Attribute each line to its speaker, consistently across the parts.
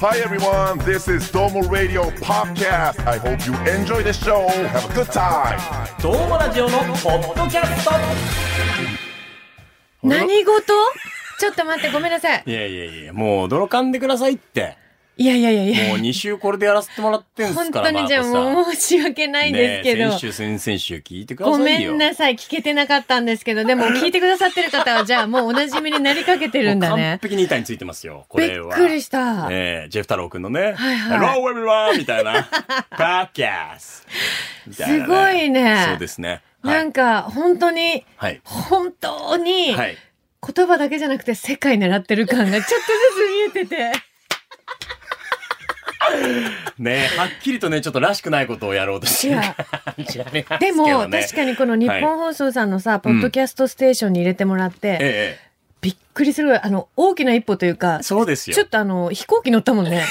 Speaker 1: Hi everyone, this is Domo Radio Podcast. I hope you enjoy the show. Have a good time.
Speaker 2: どうもラジオのポッドキャスト
Speaker 3: 何事ちょっと待って、ごめんなさい。
Speaker 2: いやいやいや、もう泥かんでくださいって。
Speaker 3: いやいやいやいや
Speaker 2: もう。2週これでやらせてもらってんす
Speaker 3: 本
Speaker 2: か
Speaker 3: 当
Speaker 2: ら、
Speaker 3: にじゃあ
Speaker 2: まこさん
Speaker 3: もう申し訳ないんですけど。
Speaker 2: ねえ先週、先々週聞いてください
Speaker 3: ご
Speaker 2: よ。
Speaker 3: めんな
Speaker 2: さ
Speaker 3: さい、聞けてなかったんですけど、でも聞いてくださってる方は、じゃあもうお馴染みになりかけてるんだ
Speaker 2: 完
Speaker 3: ね。
Speaker 2: 璧に板についてますよ、こ
Speaker 3: び
Speaker 2: れ
Speaker 3: っ
Speaker 2: は。
Speaker 3: くりした。
Speaker 2: ねえ、ジェフ太郎くんのね、
Speaker 3: はいはい
Speaker 2: Hello everyone! みたい な、パーキャスみたいな
Speaker 3: すごいね
Speaker 2: そうですね。は
Speaker 3: ないん。か、本当に、
Speaker 2: はい。
Speaker 3: 本当に、
Speaker 2: はい。
Speaker 3: 言葉だけじゃなくて世界狙ってる感がちょっとずつ見えて て。
Speaker 2: ねえ、はっきりとね、ちょっとらしくないことをやろうとしてる
Speaker 3: いや
Speaker 2: 感じありますけどね。
Speaker 3: でも、確かにこの日本放送さんのさ、ポッドキャストステーションに入れてもらって、
Speaker 2: ええ、
Speaker 3: びっくりするぐらい、あの、大きな一歩というか、
Speaker 2: そうですよ
Speaker 3: ちょっ。とあの、飛行機乗ったも んね。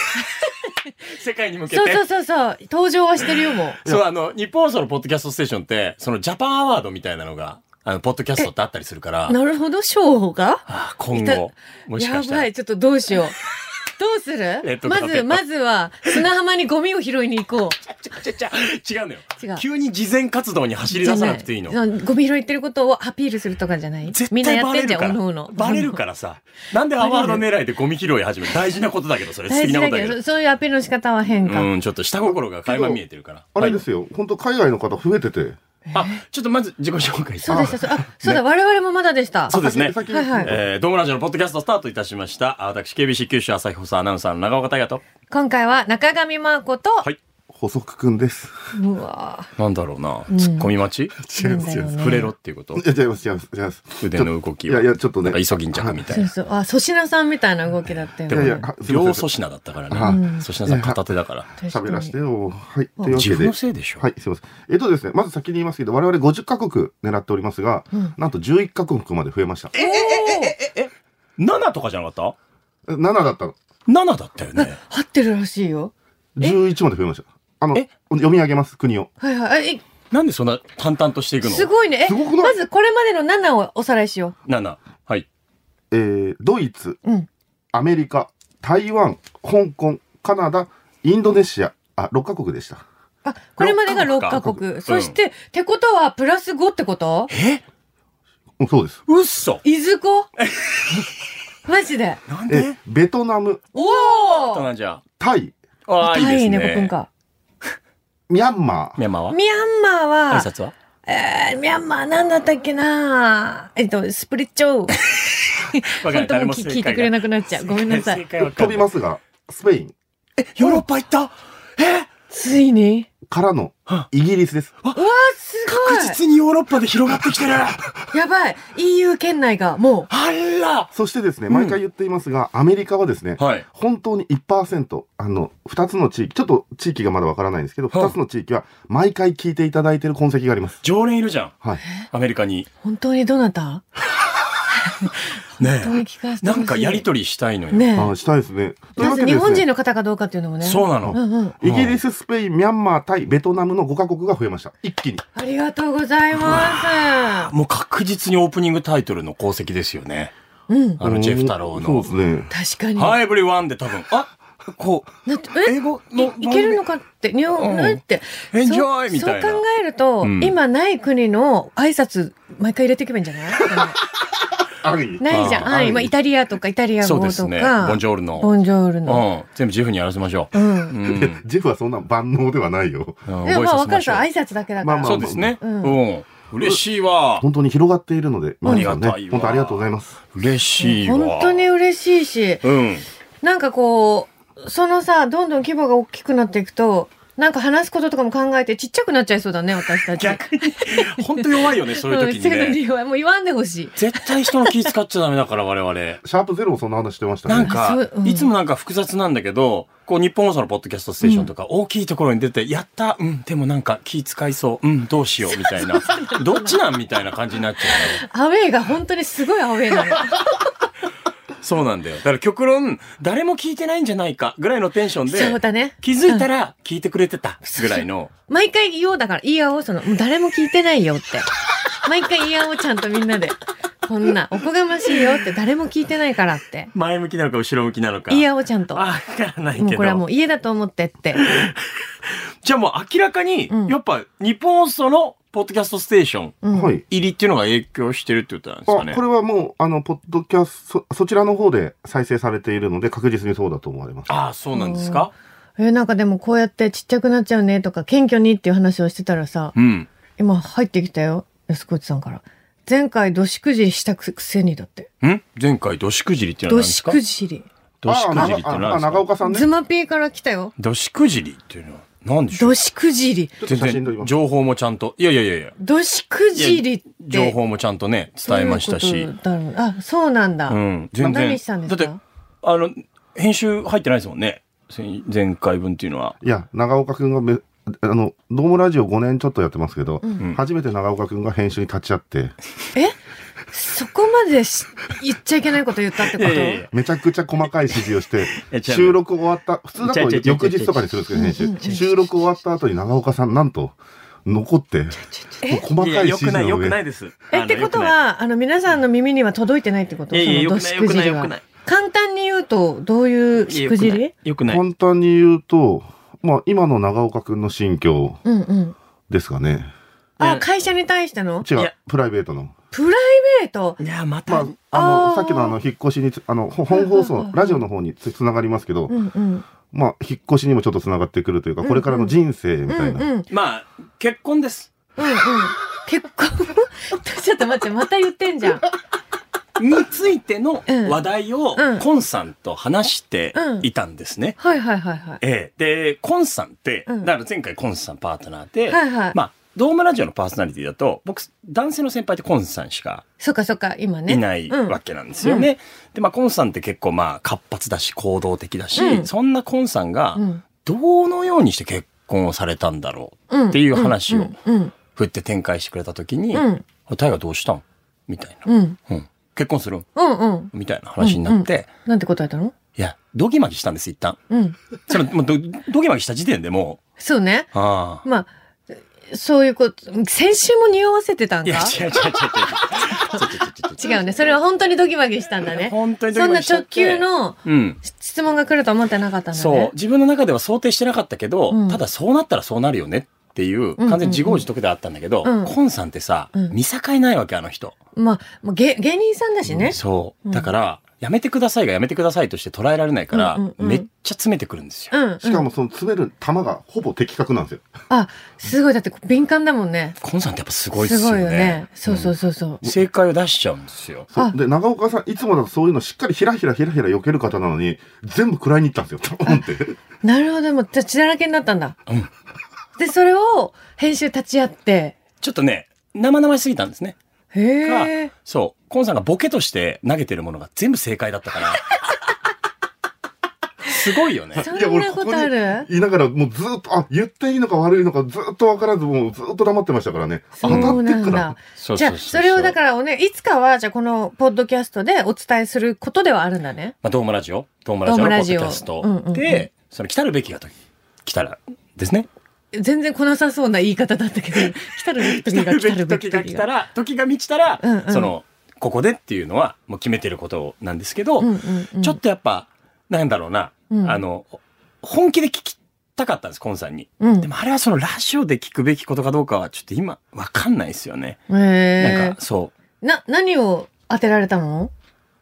Speaker 2: 世界に向けて
Speaker 3: そう。そうそうそう。登場はしてるよ、もう。
Speaker 2: そう、あの、日本放送のポッドキャストステーションって、そのジャパンアワードみたいなのが、あの、ポッドキャストってあったりするから、
Speaker 3: なるほど、賞が
Speaker 2: あ今
Speaker 3: いた
Speaker 2: 後、もし
Speaker 3: や
Speaker 2: かしたら。
Speaker 3: ばい、ちょっとどう しよう。どうする
Speaker 2: レッドカー
Speaker 3: ま
Speaker 2: ペット
Speaker 3: ず、まずは、砂浜にゴミを拾いに行こう。
Speaker 2: ちゃちゃちゃ違うのよ
Speaker 3: 違う
Speaker 2: 急に事前活動に走り出さなくていいの
Speaker 3: じ。ゃないゴミ拾いってることをアピールするとかじゃない
Speaker 2: 絶
Speaker 3: みんな
Speaker 2: 対
Speaker 3: やっ
Speaker 2: バ
Speaker 3: て
Speaker 2: レ
Speaker 3: んじ
Speaker 2: る
Speaker 3: ゃ
Speaker 2: か
Speaker 3: ん、おのお
Speaker 2: ら
Speaker 3: の。。
Speaker 2: バレるからさ。なんでアワード
Speaker 3: バ
Speaker 2: 狙いでゴミ拾い始める大事なことだけど、それ 素
Speaker 3: 大
Speaker 2: 敵
Speaker 3: 事
Speaker 2: なこ
Speaker 3: だ
Speaker 2: とだ
Speaker 3: け
Speaker 2: けど
Speaker 3: ど、。そういうアピールの仕方は変化。
Speaker 2: うん、ちょっと下心が垣間見えてるから。
Speaker 1: あれで
Speaker 2: はい
Speaker 1: すよ、本当海外の方増えてて。
Speaker 2: あ、ちょっとまず自己紹介
Speaker 3: そうでした、そうあ、そうだ、我々もまだでした。
Speaker 2: そうですね。
Speaker 1: 先
Speaker 3: はいはい
Speaker 2: えー、ドームラジオのポッドキャストスタートいたしました。あ私、KBC 九州朝日放送アナウンサーの長岡大和と。
Speaker 3: 今回は中上真子と、
Speaker 2: はい
Speaker 1: 補足くんです。
Speaker 3: うわ
Speaker 2: なんだろうな、ツッコミ待ち
Speaker 1: 違います、違い
Speaker 3: なんだろう
Speaker 1: ます。
Speaker 3: ね
Speaker 2: 触れろっていうこと
Speaker 1: いや、違います、違います、違います。
Speaker 2: 腕の動きを
Speaker 1: いやいや、ちょっと
Speaker 2: な
Speaker 1: ね。
Speaker 2: んかイソギンチャクみたい
Speaker 3: そう
Speaker 2: な。
Speaker 3: そう。あ、粗品さんみたいな動きだったよ
Speaker 2: で
Speaker 1: いやいや
Speaker 3: ね。
Speaker 1: あすいません
Speaker 2: 両粗品だったからね。
Speaker 1: はい
Speaker 2: 粗品さん片手だから。
Speaker 3: 確かに
Speaker 1: 喋らせてよ。はい。というわけ
Speaker 2: 自分
Speaker 1: で
Speaker 2: の。せいでしょ。
Speaker 1: はい、すいません。えっとですね、まず先に言いますけど、我々50カ国狙っておりますが、なんと11カ国まで増えました。
Speaker 2: えええええええ7とかじゃなかっ
Speaker 1: 7だったの。
Speaker 2: た ?7 だったよね。
Speaker 3: 合ってるらしいよ。
Speaker 1: 11まで増えました。あの、
Speaker 2: え
Speaker 1: 読み上げます、国を。
Speaker 3: はいはい。え
Speaker 2: なんでそんな淡々としていくの
Speaker 3: すごいね。え
Speaker 1: すごくない
Speaker 3: まずこれまでの7をおさらいしよ
Speaker 2: ?7。はい。
Speaker 1: えー、ドイツ、
Speaker 3: う。うん。
Speaker 1: アメリカ、台湾、香港、カナダ、インドネシア、あ、6カ国でした。
Speaker 3: あ、これまでが
Speaker 2: 六
Speaker 3: 6
Speaker 2: カ
Speaker 3: カ
Speaker 2: 国
Speaker 3: 国。
Speaker 2: うん
Speaker 3: そして、ってことは、プラス5ってこと
Speaker 2: え
Speaker 1: うんそうです。
Speaker 2: うっそ
Speaker 3: いず こマジで。
Speaker 2: なん
Speaker 1: え
Speaker 2: で、
Speaker 1: ベトナム、
Speaker 3: お
Speaker 2: そ
Speaker 3: お
Speaker 2: うなんじゃ。
Speaker 1: タイ、
Speaker 2: ああ、いい
Speaker 3: タ
Speaker 2: です
Speaker 3: イ
Speaker 2: ね。
Speaker 3: ね、こくんか。
Speaker 1: ミャンマー、
Speaker 2: ミャンマーは
Speaker 3: ミャンマー
Speaker 2: 挨
Speaker 3: は、
Speaker 2: 拶は
Speaker 3: えー、ミャンマーなんだったっけなえっと、スプリッチョウ。
Speaker 2: わかんない
Speaker 3: 本当
Speaker 2: 誰
Speaker 3: も
Speaker 2: も
Speaker 3: う
Speaker 2: 正
Speaker 3: 聞
Speaker 2: 解が
Speaker 3: 聞いてくれなくなっちゃう。ごめんなさ
Speaker 2: 正
Speaker 3: い。
Speaker 2: 解わかん
Speaker 1: 飛
Speaker 2: な
Speaker 1: び
Speaker 2: い
Speaker 1: ますが、スペイン
Speaker 2: ヨーロッパ行ったえ
Speaker 3: ついに
Speaker 1: からの
Speaker 2: は
Speaker 1: イギリスです。
Speaker 3: うわー、す
Speaker 2: 確実にヨーロッパで広がってきてるあ
Speaker 3: ごいやばい !EU 圏内が、も
Speaker 2: ら
Speaker 1: そしてですね、毎回言っていますが、アメリカはですね、
Speaker 2: はい。
Speaker 1: 本当に1%、あの、2つの地域、ちょっと地域がまだわからないんですけど、
Speaker 2: はい
Speaker 1: 2つの地域は毎回聞いていただいてる痕跡があります。
Speaker 2: 常連いるじゃん。
Speaker 1: はい。
Speaker 2: アメリカに
Speaker 3: う。、本当にどなた
Speaker 2: ね
Speaker 3: 本当に聞かせて
Speaker 2: な
Speaker 3: ほしい。
Speaker 2: んかやりとりしたいのよ。
Speaker 3: ねえ。
Speaker 1: あしたいですね。という
Speaker 3: ま
Speaker 1: わ
Speaker 3: ず
Speaker 1: け
Speaker 3: 日
Speaker 1: で
Speaker 3: 本
Speaker 1: ですね、
Speaker 3: 人の方かどうかっていうのもね。
Speaker 2: そうなの。
Speaker 3: うんうん。
Speaker 1: イギリス、スペイン、ミャンマー、タイ、ベトナムの5カ国が増えました。一気に。
Speaker 3: ありがとうございま
Speaker 2: もう確実にオープニングタイトルの功績ですよね。
Speaker 3: す。うん。
Speaker 2: あの、ジェフ太郎
Speaker 1: そう
Speaker 2: の
Speaker 1: で。すね。
Speaker 3: 確かに。
Speaker 2: はい、エブリワンで多分。あこう、
Speaker 3: なんてえ
Speaker 2: 英語の番
Speaker 3: い
Speaker 2: 組
Speaker 3: いけるのかって、日本、
Speaker 2: うん
Speaker 3: うんって。
Speaker 2: エンジョイ
Speaker 3: そう
Speaker 2: みたいな
Speaker 3: そう考えると、
Speaker 2: うん
Speaker 3: 今ない国の挨拶、毎回入れていけばいいんじゃない
Speaker 1: ある意味
Speaker 3: ないじゃん。
Speaker 1: あ
Speaker 3: はい。
Speaker 1: ある
Speaker 3: まあ、
Speaker 1: 意
Speaker 3: イ
Speaker 1: 味
Speaker 3: タリアとか、イタリア語
Speaker 2: そ
Speaker 3: と
Speaker 2: う
Speaker 3: か。
Speaker 2: ですね。ボンジョール
Speaker 3: ボ
Speaker 2: の。
Speaker 3: ンジョール
Speaker 2: う
Speaker 3: の。
Speaker 2: ん。全部ジェフにやらせましょう。
Speaker 3: うん。
Speaker 2: うん。
Speaker 1: ジェフはそんな万能ではないよ。
Speaker 2: うん
Speaker 3: でもまあ、わ
Speaker 2: 覚
Speaker 3: か
Speaker 2: え
Speaker 3: るさ、
Speaker 2: させまし
Speaker 3: 挨拶だけだか
Speaker 1: まあ
Speaker 3: ら。
Speaker 2: ょ
Speaker 1: ま
Speaker 2: う
Speaker 1: あ
Speaker 2: そうですね。う
Speaker 3: うんん。
Speaker 2: 嬉しいわ。
Speaker 1: 本当に広がっているので、皆さんね
Speaker 2: ありがたいわ
Speaker 1: 本当ありがとうございます。
Speaker 2: 嬉しいわ。
Speaker 3: 本当に。嬉しいし、
Speaker 2: うん。
Speaker 3: なんかこう、そのさ、どんどん規模が大きくなっていくと、なんか話すこととかも考えてちっちゃくなっちゃいそうだね、私たち。
Speaker 2: 逆に。本当弱いよね、 そういう時に
Speaker 3: んそう
Speaker 2: ね。
Speaker 3: いう時はもう言わんでほしい。
Speaker 2: 絶対人の気使っちゃダメだから、我々。
Speaker 1: シャープゼロもそんな話してましたね。
Speaker 2: なん
Speaker 3: あ
Speaker 2: か
Speaker 3: そう、うん
Speaker 2: いつもなんか複雑なんだけど、こう日本放送のポッドキャストステーションとか、大きいところに出て、やったうん、でもなんか気使いそううん、どうしようみたいな。 どっちなんみたいな感じになっちゃうね。
Speaker 3: アウェイが本当にすごいアウェイな の。
Speaker 2: そうなんだよ。だから極論、誰も聞いてないんじゃないかぐらいのテンション
Speaker 3: そう
Speaker 2: で、
Speaker 3: だね。
Speaker 2: 気づいたら聞いてくれてたぐらいの。
Speaker 3: 毎回言おうだから、言い合おう、その、もう誰も聞いてないよって。毎回言い合おう、ちゃんとみんなで。こんな、おこがましいよって誰も聞いてないからって。
Speaker 2: 前向きなのか後ろ向きなのか。
Speaker 3: いいやおちゃんと。
Speaker 2: あ、わからないけど。
Speaker 3: もうこれはもう家だと思ってって。
Speaker 2: じゃあもう明らかに、
Speaker 3: うん
Speaker 2: やっぱ日本放送のポッドキャストステーション
Speaker 3: うん。
Speaker 1: はい。
Speaker 2: 入りっていうのが影響してるって言ったんですか
Speaker 1: あ
Speaker 2: ね。
Speaker 1: これはもう、あの、ポッドキャスト、そそちらの方で再生されているので、確実にそうだと思われます。
Speaker 2: ああ、そうなんですか
Speaker 3: えなんかでもこうやってちっちゃくなっちゃうねとか、謙虚にっていう話をしてたらさ、
Speaker 2: うん。
Speaker 3: 今入ってきたよ、安子内さんから。前回、どしくじりしたくせにだって。
Speaker 2: ん前回、どしくじりっていうのは
Speaker 3: ど
Speaker 2: 何で
Speaker 3: し
Speaker 2: すか
Speaker 3: くじり。
Speaker 2: どしくじりって
Speaker 1: ああ
Speaker 2: 何
Speaker 1: あ
Speaker 2: です
Speaker 1: 長
Speaker 2: か
Speaker 1: 岡さんね。
Speaker 3: ズマピーから来たよ。
Speaker 2: どしくじりっていうのは何でしょう
Speaker 3: どしくじり。
Speaker 1: ちょっと
Speaker 2: 全
Speaker 1: 写真撮り
Speaker 2: 然
Speaker 1: ます。
Speaker 2: 情報もちゃんと。いやいやいやいや。
Speaker 3: どしくじりって。
Speaker 2: 情報もちゃんとね、伝えました
Speaker 3: どうい
Speaker 2: し
Speaker 3: う。ことだろうあ、そうなんだ。
Speaker 2: うん。全然。
Speaker 3: 何したんで
Speaker 2: だ
Speaker 3: す
Speaker 2: って
Speaker 3: か、
Speaker 2: あの、編集入ってないですもんね。前前回分っていうのは。
Speaker 1: いや、長岡くんがめ、あの、ドームラジオ5年ちょっとやってますけど、
Speaker 2: ん
Speaker 1: 初めて長岡くんが編集に立ち会って、
Speaker 3: えそこまでし言っちゃいけないこと言ったってこと
Speaker 1: めちゃくちゃ細かい指示をして
Speaker 2: いや違う、
Speaker 1: 収録終わった、普通だ
Speaker 2: 違う違う違
Speaker 1: と
Speaker 2: う
Speaker 1: 翌日とかにするんですけ
Speaker 3: 違う
Speaker 1: ど、
Speaker 3: 違
Speaker 1: 編
Speaker 3: う
Speaker 1: 集。収録終わった後に長岡さん、なんと、残って、もう細かい
Speaker 2: や、
Speaker 1: 指
Speaker 2: よく
Speaker 1: 示
Speaker 2: ない、
Speaker 1: の
Speaker 2: よくない
Speaker 1: 上、
Speaker 2: です。
Speaker 3: えってことはあの皆さんの耳には届いてないってこと
Speaker 2: いやいや
Speaker 3: その
Speaker 2: よくないよくない
Speaker 3: どしくじりは
Speaker 2: よくない
Speaker 3: 簡単に言うとどういうしくじり
Speaker 2: よくない。
Speaker 1: 簡単に言うと、まあ、今の長岡くんの心境
Speaker 3: うんうん
Speaker 1: ですかね。
Speaker 3: あ
Speaker 2: ね
Speaker 3: 会社に対しての
Speaker 1: 違
Speaker 2: いうや、
Speaker 1: プライベートの。
Speaker 3: プライベート
Speaker 2: いや、ま
Speaker 1: ま
Speaker 2: た。
Speaker 1: あ、あ
Speaker 3: あー
Speaker 1: の、さっきのあの、引っ越しにつ、あの、ほ本放
Speaker 3: うんうんう
Speaker 1: 送
Speaker 3: ん、
Speaker 1: ラジオの方につつながりますけど
Speaker 3: う、んうん
Speaker 1: まあ、引っ越しにもちょっとつながってくるというか、
Speaker 3: うん
Speaker 1: これからの人生み
Speaker 3: うんう
Speaker 1: たい
Speaker 3: んうん
Speaker 1: な。
Speaker 3: うん
Speaker 2: まあ、結婚です。
Speaker 3: 結婚ちょっと待ってまた言ってんじゃん
Speaker 2: についての
Speaker 3: うん
Speaker 2: 話題を
Speaker 3: うん、
Speaker 2: コンさんと話していたんですね。
Speaker 3: はいはいはいはい
Speaker 2: ええ。で、コンさんって、
Speaker 3: うん
Speaker 2: だから前回コンさんパートナーで、
Speaker 3: はいはい
Speaker 2: まあ、ドームラジオのパーソナリティだと、僕、男性の先輩ってコンさんしか
Speaker 3: そっかそっか今ね
Speaker 2: いない
Speaker 3: うん
Speaker 2: わけなんですよね。で、まあ、コンさんって結構まあ、活発だし、行動的だし、
Speaker 3: うん
Speaker 2: そんなコンさんが
Speaker 3: う、ん
Speaker 2: どのようにして結婚をされたんだろ
Speaker 3: うん
Speaker 2: っていう話を
Speaker 3: うんうん
Speaker 2: う、振って展開してくれた時に、
Speaker 3: うん
Speaker 2: あタイガどうしたんみたいな。
Speaker 3: うん
Speaker 2: うん。結婚するん
Speaker 3: うんうん
Speaker 2: みたいな話になって、
Speaker 3: なんて答えたの
Speaker 2: いや、ドギマギしたんです、一旦。
Speaker 3: うん
Speaker 2: その、もうド、ドギマギした時点でも
Speaker 3: そうね
Speaker 2: う、ああ。
Speaker 3: まあ、そういうこと、先週も匂わせてたん
Speaker 2: いや、
Speaker 3: か
Speaker 2: 違う違う違う違う。違う違う違う違う
Speaker 3: 違うね。それは本当にドギマギしたんだね。
Speaker 2: 本当にド
Speaker 3: そ
Speaker 2: ギ
Speaker 3: ん
Speaker 2: マ
Speaker 3: な
Speaker 2: ギしちゃ
Speaker 3: 直
Speaker 2: って
Speaker 3: 球。の
Speaker 2: うん。
Speaker 3: 質問が来ると思ってなかったんだ
Speaker 2: そう
Speaker 3: ね。。
Speaker 2: 自分の中では想定してなかったけど、
Speaker 3: うん
Speaker 2: ただそうなったらそうなるよねっていう、
Speaker 3: うん
Speaker 2: 完全に自業自得であったんだけど、
Speaker 3: うん
Speaker 2: コンさんってさ、
Speaker 3: うん
Speaker 2: 見境ないわけ、あの人。
Speaker 3: まあ、もう芸芸人さんだしね。
Speaker 2: そう。
Speaker 3: うん
Speaker 2: だから、やめてくださいがやめてくださいとして捉えられないから、
Speaker 3: うんうんうん
Speaker 2: めっちゃ詰めてくるんですよ。
Speaker 3: うん。
Speaker 1: しか
Speaker 3: うん。
Speaker 1: も、その詰める球がほぼ的確なんですよ。
Speaker 3: あ、すごい。だって敏感だもんね。
Speaker 2: コンさんってやっぱす
Speaker 3: す
Speaker 2: ごいっすよね。
Speaker 3: よね。そうそうそうそう。
Speaker 2: うん正解を出しちゃうんですよ。
Speaker 1: そう
Speaker 3: あ
Speaker 1: で、長岡さん、いつもだとそういうのしっかりひらひらひらひら避ける方なのに、全部食らいに行ったんですよ。 ドーンって。
Speaker 3: なるほど。もう血だらけになったんだ。
Speaker 2: うん
Speaker 3: で、それを編集立ち会って。
Speaker 2: ちょっとね、生々しすぎたんですね。
Speaker 3: へえ。
Speaker 2: そう。コンさんがボケとして投げてるものが全部正解だった から。すごいよね。
Speaker 3: そん
Speaker 1: いや俺
Speaker 3: なことある
Speaker 1: 言いながら、もうずっと、あ、言っていいのか悪いのかずっとわからず、もうずっと黙ってましたからね。
Speaker 3: そ
Speaker 1: 当
Speaker 3: う
Speaker 1: たっ
Speaker 3: な
Speaker 1: てっ
Speaker 3: ん
Speaker 1: か
Speaker 3: だ
Speaker 1: ら。。
Speaker 2: そう
Speaker 3: じ
Speaker 2: そう
Speaker 3: ゃ
Speaker 2: そう。
Speaker 3: あ、それをだかららおね、いつかは、じゃあこのポッドキャストでお伝えすることではあるんだね。
Speaker 2: まあ、ドームラジオドームラジオのポッドキャス
Speaker 3: ドームラジオ
Speaker 2: ト。
Speaker 3: うんうんうん
Speaker 2: で、その来たるべきがと来たらですね。
Speaker 3: 全然来なさそうな言い方だったけど、 来たるべき時が来たるべき時が。
Speaker 2: 来たら、時が満ちたら、
Speaker 3: うんうん
Speaker 2: その、ここでっていうのは、もう決めてることなんですけど、
Speaker 3: うんうんうん
Speaker 2: ちょっとやっぱ、なんだろうな、
Speaker 3: うん
Speaker 2: あの、本気で聞きたかったんです、コンさんに。
Speaker 3: うん
Speaker 2: でもあれはそのラジオで聞くべきことかどうかは、ちょっと今、わかんないですよね。な
Speaker 3: へ
Speaker 2: んか、そ
Speaker 3: ーな、何を当てられたの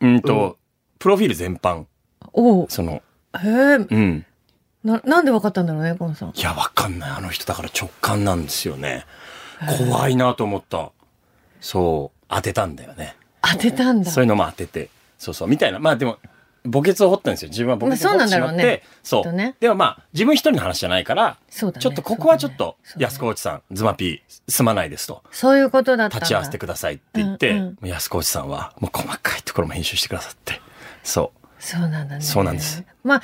Speaker 2: う。うんと、プロフィール全般。
Speaker 3: おう
Speaker 2: その、
Speaker 3: へえ、
Speaker 2: うん。
Speaker 3: な、なんでわかったんだろうね、コンさん。
Speaker 2: いや、わかんない。あの人だから直感なんですよね。怖いなと思った。そう、当てたんだよね。
Speaker 3: 当てたんだ。
Speaker 2: そういうのも当てて、そうそう、みたいな。まあでも、墓穴を掘ったんですよ。自分は墓穴を掘ってし
Speaker 3: まあそうなんだ
Speaker 2: ま
Speaker 3: ろ
Speaker 2: っ
Speaker 3: う
Speaker 2: て、
Speaker 3: ね
Speaker 2: そう
Speaker 3: きっとね
Speaker 2: でもまあ、自分一人の話じゃないから、
Speaker 3: そうだね
Speaker 2: ちょっとここはちょっと、
Speaker 3: そうだね
Speaker 2: 安河内さん、ズマピー、すまないですと、
Speaker 3: そういうことだったんだ。
Speaker 2: 立ち会わせてくださいって言って、
Speaker 3: うんうん
Speaker 2: もう安河内さんは、もう細かいところも編集してくださって、そう。
Speaker 3: そうなんだね。
Speaker 2: そうなんです。
Speaker 3: まあ、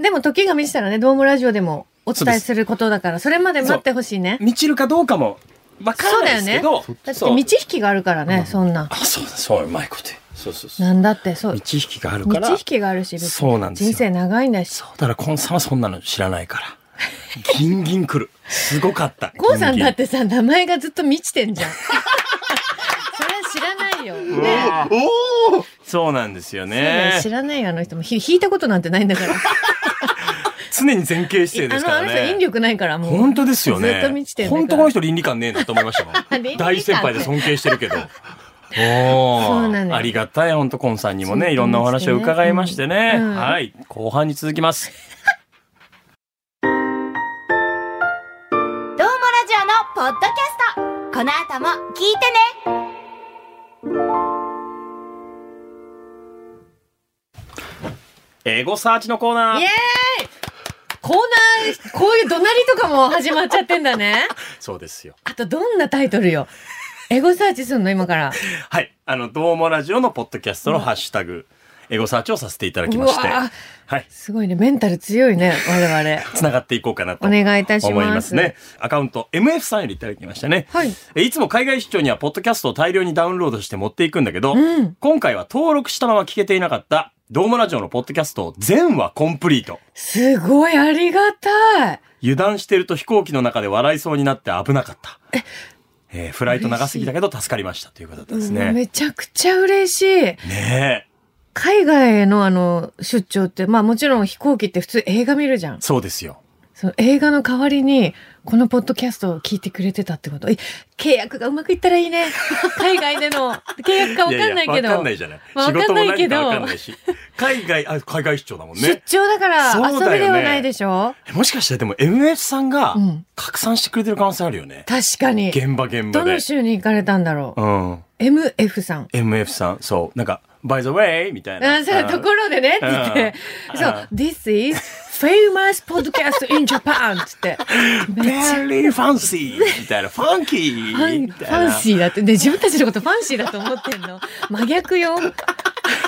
Speaker 3: でも時が満ちたらね、ドームラジオでもお伝えすることだから、それまで待ってほしいね。
Speaker 2: 満ちるかどうかも、わからないですけど、そう
Speaker 3: だって道引きがあるからね、そんな。
Speaker 2: あ、そうだ、そう、うまいこと言う。そうそうそう。
Speaker 3: なんだって、そう。
Speaker 2: 道引きがあるか
Speaker 3: 道
Speaker 2: ら、
Speaker 3: 引きがあるし、別に
Speaker 2: そうなんですよ
Speaker 3: 人生長いんだし
Speaker 2: そ。う、だからコンさんはそんなの知らないから。ギンギン来る。すごかった。
Speaker 3: ゴーさん
Speaker 2: ギンギン
Speaker 3: だってさ、名前がずっと満ちてんじゃん。それは知らないよ。ないよ。
Speaker 1: お
Speaker 3: ね
Speaker 1: ーおー
Speaker 2: そうなんですよ
Speaker 3: そうだ
Speaker 2: ね
Speaker 3: よ知。らないよあの人もひ引いたことなんてないんだから。
Speaker 2: 常に前傾姿勢で
Speaker 3: あ
Speaker 2: す
Speaker 3: の
Speaker 2: か
Speaker 3: あ
Speaker 2: ら
Speaker 3: の人引
Speaker 2: ね。
Speaker 3: 力ないからもう。
Speaker 2: 本当ですよね。
Speaker 3: ずっと満ちてるんだから
Speaker 2: 本当この人倫理観ねえなと思いましたも
Speaker 3: 倫理
Speaker 2: ん。
Speaker 3: 観
Speaker 2: 大先輩で尊敬してるけど。おー
Speaker 3: そうなのよ
Speaker 2: ありがたい、本当コンさんにも
Speaker 3: そう
Speaker 2: ね、いろんなお話を伺いましてね。
Speaker 3: うんうん
Speaker 2: はい。後半に続きます。
Speaker 4: どうもラジオのポッドキャストこの後も聞いてね
Speaker 2: エゴサーチのコーナ
Speaker 3: イ
Speaker 2: ー
Speaker 3: エ。ーイコーナーこういう怒鳴りとかも始まっちゃってんだね。
Speaker 2: そうですよ。
Speaker 3: あとどんなタイトルよ。エゴサーチすんの今から。
Speaker 2: はい。あの、どうもラジオのポッドキャストのハッシュタグ、エゴサーチをさせていただき
Speaker 3: う
Speaker 2: まして、
Speaker 3: わー
Speaker 2: はい。
Speaker 3: すごいねメンタル強いね我々。
Speaker 2: つながっていこうかなと
Speaker 3: お
Speaker 2: 思い
Speaker 3: 願いいたします。
Speaker 2: ますね。アカウント、MF さんよりいただきましたね。
Speaker 3: はい。
Speaker 2: えいつも海外出張にはポッドキャストを大量にダウンロードして持っていくんだけど、
Speaker 3: うん。
Speaker 2: 今回は登録したまま聞けていなかった、ドームラジオのポッドキャストを全話コンプリート。
Speaker 3: すごいありがたい。
Speaker 2: 油断してると飛行機の中で笑いそうになって危なかった。えーフライト長すぎだけど助かりましたということだったんです
Speaker 3: うん
Speaker 2: ね。
Speaker 3: めちゃくちゃ嬉しい。
Speaker 2: ねえ。
Speaker 3: 海外へのあの出張って、まあもちろん飛行機って普通映画見るじゃん。
Speaker 2: そうですよ。
Speaker 3: その映画の代わりに、このポッドキャストを聞いてくれてたってこと。え契約がうまくいったらいいね。海外での。契約 かわかんないけど。
Speaker 2: ややわかんないじゃない。
Speaker 3: まあ
Speaker 2: 仕事も何かわ
Speaker 3: わ
Speaker 2: か
Speaker 3: か
Speaker 2: ん
Speaker 3: ん
Speaker 2: な
Speaker 3: ない
Speaker 2: し。海外、あ、海外出張だもん
Speaker 3: 出
Speaker 2: ね。
Speaker 3: 張だから
Speaker 2: そう
Speaker 3: 遊
Speaker 2: だよね
Speaker 3: びではないでしょ
Speaker 2: えもしかしてでも MF さんが
Speaker 3: うん
Speaker 2: 拡散してくれてる可能性あるよね。
Speaker 3: 確かに。
Speaker 2: 現場現場
Speaker 3: ど
Speaker 2: で
Speaker 3: の。州に行かれたんだろ
Speaker 2: うん。
Speaker 3: う。MF さん。
Speaker 2: MF さん、そう。なんか、by the way みたいな。
Speaker 3: あそうところでねって言って、
Speaker 2: うん
Speaker 3: そうう、This is famous podcast in Japan! って言って、めっちゃ
Speaker 2: very fancy! みたいな。ファンキ
Speaker 3: ファ
Speaker 2: ー
Speaker 3: ン
Speaker 2: みた
Speaker 3: フ
Speaker 2: い
Speaker 3: ァン
Speaker 2: な。
Speaker 3: シーだって。で、自分たちのことファンシーだと思ってんの。真逆よ。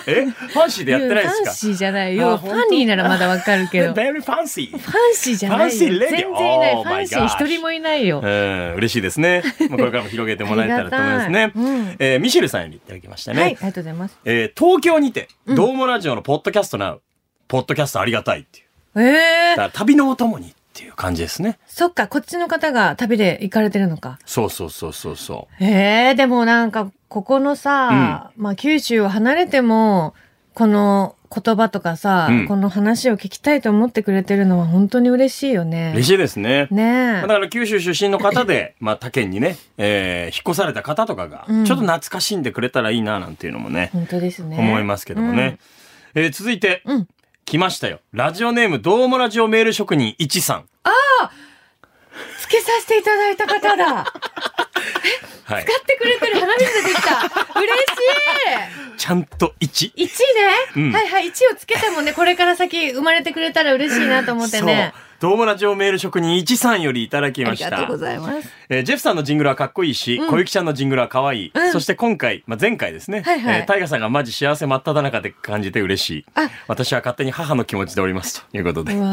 Speaker 2: えファンシーでやってないで
Speaker 3: ファン
Speaker 2: す
Speaker 3: シーじゃな
Speaker 2: あ
Speaker 3: いよ。フ
Speaker 2: 本当
Speaker 3: ァニーならまだわかるけ
Speaker 2: か
Speaker 3: ど。ファ
Speaker 2: ?very fancy!
Speaker 3: ンシーじゃないよ。
Speaker 2: ファンシーレ
Speaker 3: 全
Speaker 2: ディ
Speaker 3: 然い
Speaker 2: オ
Speaker 3: ない。フ
Speaker 2: Oh
Speaker 3: ァ
Speaker 2: my
Speaker 3: ンシー
Speaker 2: gosh
Speaker 3: 一人もいないよ。
Speaker 2: うん、嬉しいですね。まあこれからも広げてもらえたらと思いますね。
Speaker 3: ありがたいうん
Speaker 2: えーミシェルさんよりいただきましたね。
Speaker 3: はい、ありがとうございます。
Speaker 2: えー東京にて、どうもラジオのポッドキャストな、うポッドキャストありがたいっていう。
Speaker 3: え
Speaker 2: だ
Speaker 3: え
Speaker 2: から旅のお供にっていう感じですね。
Speaker 3: そっか、こっちの方が旅で行かれてるのか。
Speaker 2: そうそうそうそうそ
Speaker 3: ええでもなんか、ここのさ、まあ九州を離れても、この言葉とかさ、
Speaker 2: うん
Speaker 3: この話を聞きたいと思ってくれてるのは本当に嬉しいよ
Speaker 2: う。
Speaker 3: ね。
Speaker 2: 嬉しいですね。
Speaker 3: ね
Speaker 2: ま
Speaker 3: え
Speaker 2: あだ。から九州出身の方で、 まあ他県にね、えー引っ越された方とかが、ち
Speaker 3: う
Speaker 2: ょ
Speaker 3: ん
Speaker 2: っと懐かしんでくれたらいいななんていうのもね、
Speaker 3: 本当ですね。
Speaker 2: 思いますけどもね。えー続いて、
Speaker 3: うん
Speaker 2: 来ましたよ。ラジオネーム、どうもラジオメール職人1さん。
Speaker 3: うん。つけさせていただいた 方だ。
Speaker 2: はい
Speaker 3: 使。ってくれてる鼻水出てきた。嬉
Speaker 2: ちゃんと1。
Speaker 3: しい。1
Speaker 2: う
Speaker 3: ね、
Speaker 2: ん
Speaker 3: はいはい、1をつけたもんね。これから先生まれてくれたら嬉しいなと思ってね。
Speaker 2: そう。どうもラジオメール職人1さんよりいただき
Speaker 3: あ
Speaker 2: ま
Speaker 3: り
Speaker 2: した。
Speaker 3: がとうございます。
Speaker 2: えージェフさんのジングルはかっこいいし、
Speaker 3: うん
Speaker 2: 小雪ちゃんのジングルはかわいい、
Speaker 3: うん
Speaker 2: そして今回、まあ、前回ですね、
Speaker 3: はいは
Speaker 2: え
Speaker 3: い
Speaker 2: ータイガさんがマジ幸せ真っ只中で感じて嬉しい
Speaker 3: あ
Speaker 2: 私は勝手に母の気持ちでおりますということで、
Speaker 3: うわ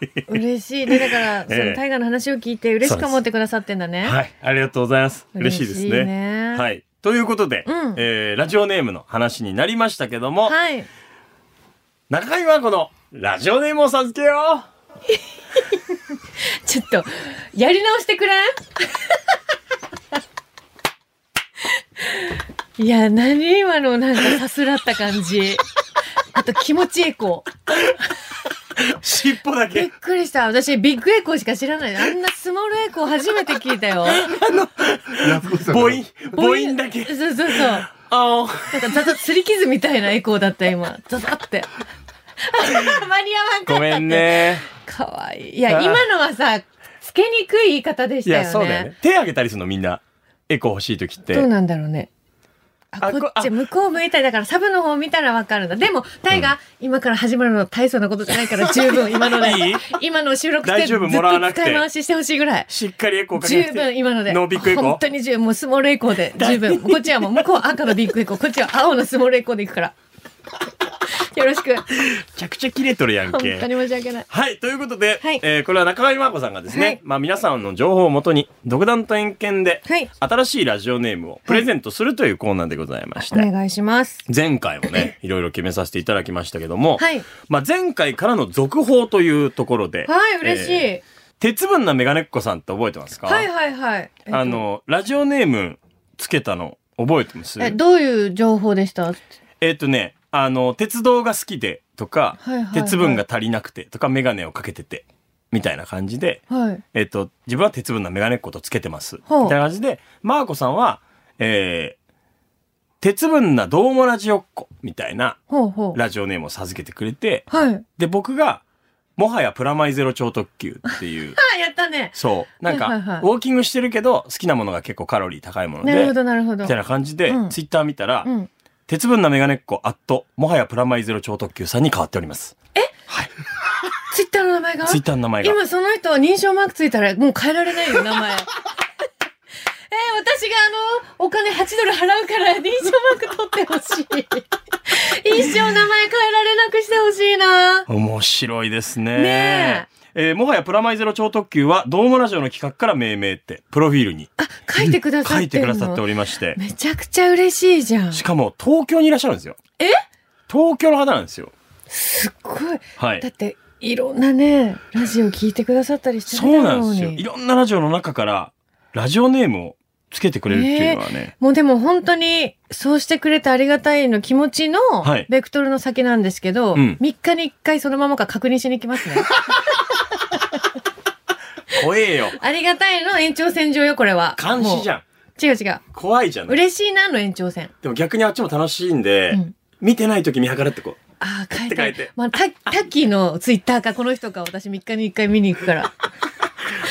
Speaker 3: ー、嬉しいね。だから、そ
Speaker 2: ええ
Speaker 3: の大河の話を聞いて嬉しく思ってくださってんだね。
Speaker 2: はいありがとうございます嬉しいですね
Speaker 3: 嬉しいね
Speaker 2: はいということで、
Speaker 3: うん
Speaker 2: えーラジオネームの話になりましたけども、
Speaker 3: はい。
Speaker 2: 中井はこのラジオネームを授けよう
Speaker 3: ちょっと、やり直してくれん いや、何今のなんかさすらった感じ。あと気持ちエコー。
Speaker 2: 尻尾だ
Speaker 3: びっ
Speaker 2: け
Speaker 3: くりした。私、ビッグエコーしか知らない。あんなスモールエコー初めて聞いたよ。
Speaker 1: 安子さん
Speaker 2: 母
Speaker 1: が
Speaker 2: 音母音だけ
Speaker 3: そうそうそう。なん
Speaker 2: あ お
Speaker 3: かザザすり傷みたいなエコーだった今。ザザって。間に合わんか
Speaker 2: ごめんね
Speaker 3: かわいい。いや、今のはさ、つけにくい言い方でし
Speaker 2: い
Speaker 3: たよ
Speaker 2: や
Speaker 3: ね。
Speaker 2: そうだよね手挙げたりするのみんなエコー欲しい時って
Speaker 3: どうなんだろうね。
Speaker 2: あ
Speaker 3: あ、こ
Speaker 2: こ
Speaker 3: っ
Speaker 2: あ
Speaker 3: ち、向こう向いたりだから、サブの方見たらわかるんだ。でも、タイが、今から始まるの大層なことじゃないから、十分、今ので
Speaker 2: いい。
Speaker 3: 今の収録して、
Speaker 2: 大
Speaker 3: ず
Speaker 2: 丈
Speaker 3: っ
Speaker 2: 夫
Speaker 3: と
Speaker 2: もらわな
Speaker 3: 使い
Speaker 2: くて
Speaker 3: 回ししてほしいぐらい。
Speaker 2: しっかりエコーかけて
Speaker 3: 十分、今ので。
Speaker 2: ノービッグエコー
Speaker 3: 本当に十分、もうスモールエコーで、十分。こっちはもう、向こう赤のビッグエコー、こっちは青のスモールエコーでいく から。よろしく。
Speaker 2: めちゃくちゃ切れとるやん
Speaker 3: 本当
Speaker 2: け。
Speaker 3: に申し訳ない。
Speaker 2: はい、ということで、
Speaker 3: はい
Speaker 2: えーこれは中上真子さんがですね、
Speaker 3: はい
Speaker 2: まあ皆さんの情報をもとに、独断と偏見で、
Speaker 3: はい
Speaker 2: 新しいラジオネームをプレゼントするというコーナーでございまし
Speaker 3: お
Speaker 2: て、
Speaker 3: 願いします。
Speaker 2: 前回もね、いろいろ決めさせていただきましたけども、
Speaker 3: はい
Speaker 2: まあ前回からの続報というところで、
Speaker 3: はい、嬉しい。
Speaker 2: えー鉄分なメガネっ子さんって覚えてますか
Speaker 3: はいはいはい。えっと
Speaker 2: あ、の、ラジオネームつけたの、覚えてます
Speaker 3: え、どういう情報でした
Speaker 2: えっ、とね、あの、鉄道が好きでとか、
Speaker 3: はいはいはい
Speaker 2: 鉄分が足りなくてとか、メガネをかけてて、みたいな感じで、
Speaker 3: はい。
Speaker 2: えっ、と、自分は鉄分のメガネっことつけてます。み
Speaker 3: ほう
Speaker 2: たいな感じで、マーコさんは、えー、鉄分などうもラジオっ子、みたいな
Speaker 3: ほうほう。
Speaker 2: ラジオネームを授けてくれて、
Speaker 3: はい。
Speaker 2: で、僕が、もはやプラマイゼロ超特急って いう、
Speaker 3: あ、やったね。
Speaker 2: そう。なんか、
Speaker 3: はいはいはい
Speaker 2: ウォーキングしてるけど、好きなものが結構カロリー高いもの
Speaker 3: なるほ
Speaker 2: で、
Speaker 3: ど、なるほど。
Speaker 2: みたいな感じで、
Speaker 3: うん
Speaker 2: ツイッター見たら、
Speaker 3: うん。
Speaker 2: 鉄分なメガネっ子、アット、もはやプラマイゼロ超特急さんに変わっております。
Speaker 3: ツイッターの名前が
Speaker 2: ツイッターの名前が。
Speaker 3: 今その人は認証マークついたらもう変えられないよ、名 前。えー、私があの、お金8ドル払うから認証マーク取ってほし い。一生名前変えられなくしてほしいな。
Speaker 2: 面白いですね。
Speaker 3: ね
Speaker 2: えーもはやプラマイゼロ超特急は、ドームラジオの企画から命名って、プロフィールに
Speaker 3: 書いてくださ
Speaker 2: 書
Speaker 3: っ
Speaker 2: い
Speaker 3: て
Speaker 2: て
Speaker 3: る
Speaker 2: く
Speaker 3: の
Speaker 2: ださっておりまして、
Speaker 3: めちゃくちゃ嬉しいじゃん。
Speaker 2: し
Speaker 3: す
Speaker 2: かも東京にいらっしゃるんですよ。
Speaker 3: え
Speaker 2: 東京の方なんですよ。
Speaker 3: っごい。
Speaker 2: はい
Speaker 3: だ。って、いろんなね、ラジオ聞いてくださったりして
Speaker 2: そう
Speaker 3: るだ
Speaker 2: な
Speaker 3: ろ
Speaker 2: ん
Speaker 3: う
Speaker 2: で
Speaker 3: に。
Speaker 2: すよ。いろんなラジオの中から、ラジオネームをつけてくれるっていうのはね。
Speaker 3: もうでも本当に、そうしてくれてありがたいの気持ちの
Speaker 2: はい、
Speaker 3: ベクトルの先なんですけど、
Speaker 2: うん
Speaker 3: 3日に1回そのままか確認しに行き ますね。
Speaker 2: 怖えよ。
Speaker 3: ありがたいの延長線上よ、これは。
Speaker 2: 監視じ
Speaker 3: ゃ
Speaker 2: ゃん。
Speaker 3: 違う違う。
Speaker 2: 怖いじゃない。
Speaker 3: 嬉しいなの延長線。
Speaker 2: でも逆にあっちも楽しいんで、
Speaker 3: うん
Speaker 2: 見てない時見計らってこう。
Speaker 3: ああ、書い
Speaker 2: ってて
Speaker 3: あ
Speaker 2: 書
Speaker 3: る
Speaker 2: いて
Speaker 3: まあ、タタッキーのツイッターか、この人か、私3日に1回見に行 くから。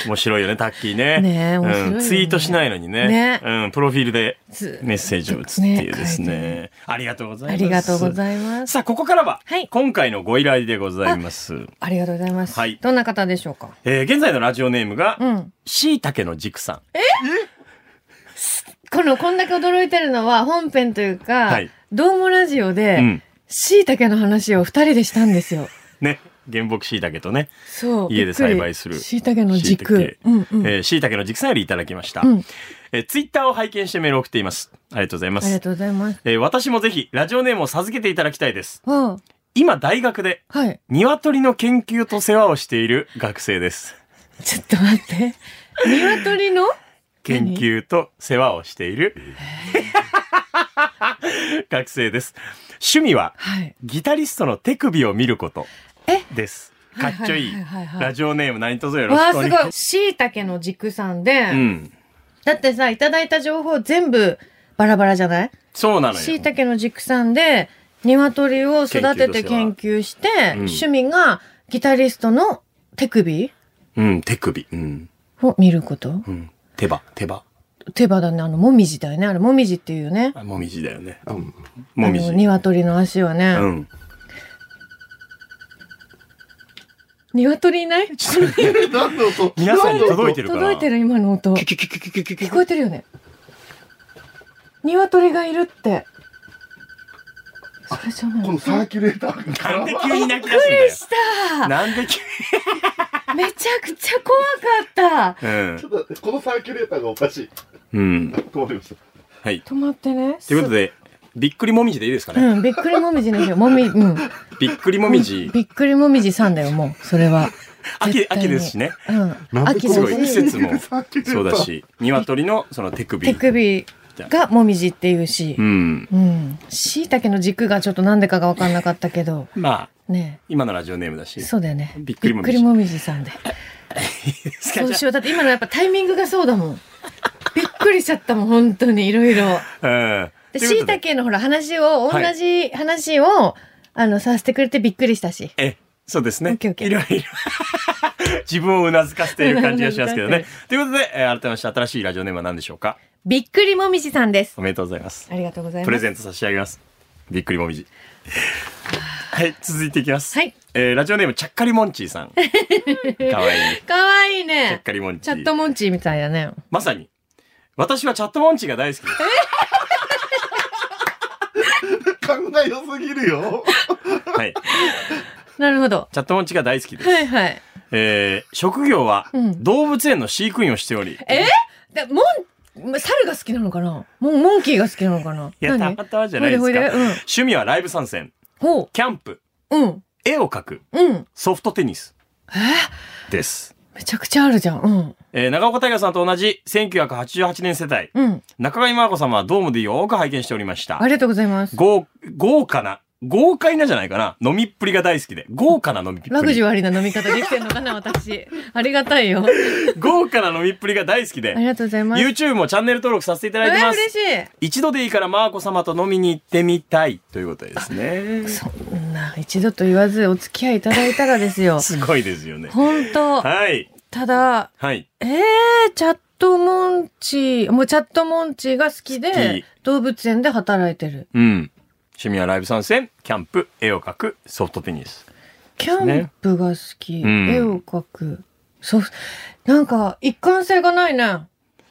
Speaker 2: 面白いよね、タッキーね。
Speaker 3: ねえ面白いよね
Speaker 2: うん。ツイートしないのにね。
Speaker 3: ね
Speaker 2: うん、プロフィールで
Speaker 3: ず
Speaker 2: メッセージを打つっていうですね。
Speaker 3: ね
Speaker 2: ありがとうござい
Speaker 3: あ
Speaker 2: ます。
Speaker 3: りがとうご
Speaker 2: い
Speaker 3: ざいます。
Speaker 2: さあ、ここからは、
Speaker 3: はい
Speaker 2: 今回のご依頼でございます。
Speaker 3: ありがとうございます。
Speaker 2: はい
Speaker 3: どんな方でしょうか
Speaker 2: えー現在のラジオネームが
Speaker 3: う、ん。
Speaker 2: しいたけの軸さん。
Speaker 3: この、こんだけ驚いてるのは、本編というか、
Speaker 2: はい
Speaker 3: どうもラジオ
Speaker 2: う
Speaker 3: で、
Speaker 2: ん。
Speaker 3: しいたけの話を二人でしたんですよ。
Speaker 2: ね。原木しいたけとね、
Speaker 3: そう。
Speaker 2: 家で栽培する
Speaker 3: しいたけの軸
Speaker 2: 椎。
Speaker 3: うんうん。
Speaker 2: えー、しいたけの軸さんよりいただきました。
Speaker 3: うん。
Speaker 2: えー、ツイッターを拝見してメールを送っています。ありがとうございま
Speaker 3: ありが
Speaker 2: す。
Speaker 3: とうございます。
Speaker 2: えー私もぜひ、ラジオネームを授けていただきたいです。
Speaker 3: あ
Speaker 2: 今、大学で、
Speaker 3: あ、はい。
Speaker 2: 鶏の研究と世話をしている学生です。
Speaker 3: ちょっと待って。鶏の
Speaker 2: 研究と世話をしている学生です。趣味は
Speaker 3: はい。
Speaker 2: ギタリストの手首を見ること
Speaker 3: え
Speaker 2: です。かっちょいい
Speaker 3: は。ははは
Speaker 2: ラジオネーム何卒よろし
Speaker 3: わあ、
Speaker 2: くお
Speaker 3: す
Speaker 2: 願い
Speaker 3: ごい。しいたけの軸さんで、
Speaker 2: うん。
Speaker 3: だってさ、いただいた情報全部バラバラじゃない
Speaker 2: そうなの
Speaker 3: しい
Speaker 2: よ。
Speaker 3: たけの軸さんで、鶏を育てて研究して、
Speaker 2: ん
Speaker 3: 趣味がギタリストの手首
Speaker 2: うん、手首。うん。
Speaker 3: を見ること
Speaker 2: うん。手羽、手羽。
Speaker 3: 手羽だね。あの、もみじだよね。あれ、もみじっていうね。
Speaker 2: あもみじだよね。
Speaker 1: あうん
Speaker 2: もみじ。
Speaker 3: あの
Speaker 2: う
Speaker 3: 鶏の足はね。
Speaker 2: ん。
Speaker 3: 鶏いない
Speaker 1: 何の音
Speaker 2: 皆さんに届いてるかな
Speaker 3: 届いてる今の音。
Speaker 2: キュキュキュキュキュキュキ
Speaker 3: 聞
Speaker 2: ュ
Speaker 3: こえてるよね鶏がいるってそれじゃない
Speaker 1: このサーキュレーター
Speaker 2: なんで
Speaker 1: が
Speaker 2: 急に泣き出すん
Speaker 3: びっく
Speaker 2: だ
Speaker 3: りした
Speaker 2: よ。なんで急に。
Speaker 3: めちゃくちゃ怖かった
Speaker 2: うん
Speaker 1: ちょっと待ってこのサーキュレーターがおかしい。
Speaker 2: うん。
Speaker 1: 止まりました。
Speaker 2: はい。
Speaker 3: 止まってね
Speaker 2: ということで、びっくりもみじでいいですかね。
Speaker 3: うんびっくりもみじですよもみうん
Speaker 2: びっくりもみじ。
Speaker 3: びっくりもみじさんだよもうそれは
Speaker 2: 秋
Speaker 3: 絶、対に
Speaker 2: 秋ですしね。
Speaker 3: う
Speaker 1: なんんで
Speaker 3: 秋
Speaker 1: こん
Speaker 2: す
Speaker 3: だ
Speaker 1: な
Speaker 2: ごい季
Speaker 3: し
Speaker 2: 節も そうだし、鶏のその手首。
Speaker 3: 手首がもみじっていうし
Speaker 2: うん。
Speaker 3: うんしいたけの軸がちょっとなんでかが分かんなかったけど
Speaker 2: まあ、
Speaker 3: ね
Speaker 2: 今のラジオネームだし。
Speaker 3: そうだよね
Speaker 2: びっくりもみじ
Speaker 3: びっくりもみじさ んで
Speaker 2: ですか
Speaker 3: そうし
Speaker 2: じ
Speaker 3: よう。だって今のやっぱタイミングがそうだもん。 びっくりしちゃったもん、本当にいろいろ。
Speaker 2: ゃあうん。
Speaker 3: で、
Speaker 2: という
Speaker 3: 椎
Speaker 2: ことで
Speaker 3: 茸のほら話を、同
Speaker 2: はい
Speaker 3: じ話を、あの、させてくれてびっくりしたし。
Speaker 2: え、そうです
Speaker 3: オッ
Speaker 2: ね。
Speaker 3: ケーオッケー
Speaker 2: いろいろ。 自分をうなずかせている感じがしますけど
Speaker 3: うな
Speaker 2: ね
Speaker 3: ずか。
Speaker 2: ということで、えー改めまして新しいラジオネームは何でしょうか
Speaker 3: びっくりもみじさんです
Speaker 2: お。めでとうございます
Speaker 3: あ。りがとうございます。
Speaker 2: プレゼント差し上げます。びっくりもみじ。はい、続いていきます。
Speaker 3: はい。
Speaker 2: えーラジオネーム、ちゃっかりもんちー さん。かわいい。
Speaker 3: かわい
Speaker 2: ちゃ
Speaker 3: い
Speaker 2: っ
Speaker 3: ね
Speaker 2: か。りもんち
Speaker 3: チャッ
Speaker 2: ー
Speaker 3: ト。モンチーみたいだね。
Speaker 2: まさに。私はチャットモンチーが大好きです。
Speaker 1: 考えよすぎるよ。
Speaker 2: はい。
Speaker 3: なるほど。
Speaker 2: チャットモンチが大好きです。
Speaker 3: はいはい。
Speaker 2: えー職業は
Speaker 3: うん
Speaker 2: 動物園の飼育員をしており。
Speaker 3: えで、モン、猿が好きなのかなモン、モンキーが好きなのかない
Speaker 2: や、た
Speaker 3: 何
Speaker 2: またまじゃないですか。
Speaker 3: ほいでほいでうん
Speaker 2: 趣味はライブ参戦、
Speaker 3: ほ
Speaker 2: キャンプ、
Speaker 3: う。うん。
Speaker 2: 絵を描く、
Speaker 3: うん。
Speaker 2: ソフトテニス
Speaker 3: えー
Speaker 2: です。
Speaker 3: めちゃくちゃあるじゃん。うん。
Speaker 2: えー長岡大河さんと同じ1988年世帯、
Speaker 3: うん。
Speaker 2: 中上真亜子様はドームでよく拝見しておりました
Speaker 3: あ。りがとうございます。
Speaker 2: 豪豪華な、豪快なじゃないかな。飲みっぷりが大好きで。豪華な飲みっぷり。
Speaker 3: ラグジュアリーな飲み方できてんのか な、私。ありがたいよ。
Speaker 2: 豪華な飲みっぷりが大好きで
Speaker 3: あ。りがとうございます。
Speaker 2: YouTube もチャンネル登録させていただいて
Speaker 3: えー
Speaker 2: ます。
Speaker 3: 嬉し
Speaker 2: 一度でいいからマーコ様と飲みに行ってみたいということですね
Speaker 3: い。。そんな、一度と言わずお付き合いいただいたらで すよ。
Speaker 2: すごいですよね。
Speaker 3: 本当
Speaker 2: はい。
Speaker 3: ただ、
Speaker 2: はい。
Speaker 3: えー、チャットモンチー、もうチャットモンチーが好きで、動物園で働いてる。
Speaker 2: うん。趣味はライブ参戦、キャンプ、絵を描く、ソフトテニス。
Speaker 3: キャンプが好き、
Speaker 2: うん
Speaker 3: 絵を描く。そう、なんか一貫性がないね。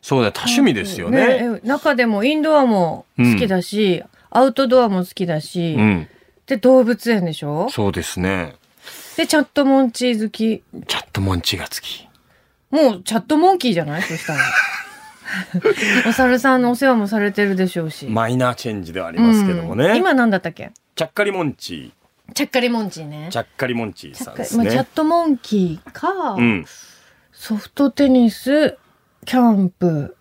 Speaker 2: そうだ、多趣味ですよね。
Speaker 3: ね。絵中でもインドアも好きだし、アウトドアも好きだし、
Speaker 2: うん。
Speaker 3: で、動物園でしょ
Speaker 2: そうですね。
Speaker 3: で、チャットモンチー好き。
Speaker 2: チャットモンチーが好き。
Speaker 3: もうチャットモンキーじゃないそ したら。お猿さんのお世話もされてるでしょうし。
Speaker 2: マイナーチェンジではありますけどもね。
Speaker 3: うん今なんだったっけ
Speaker 2: ちゃっかりモンチ
Speaker 3: ちゃっかりモンチーね
Speaker 2: ー、ち。ゃっかりモンチーさんです
Speaker 3: まあ、チャッ
Speaker 2: ね。
Speaker 3: トモンキーか、
Speaker 2: うん。
Speaker 3: ソフトテニス、キャンプ、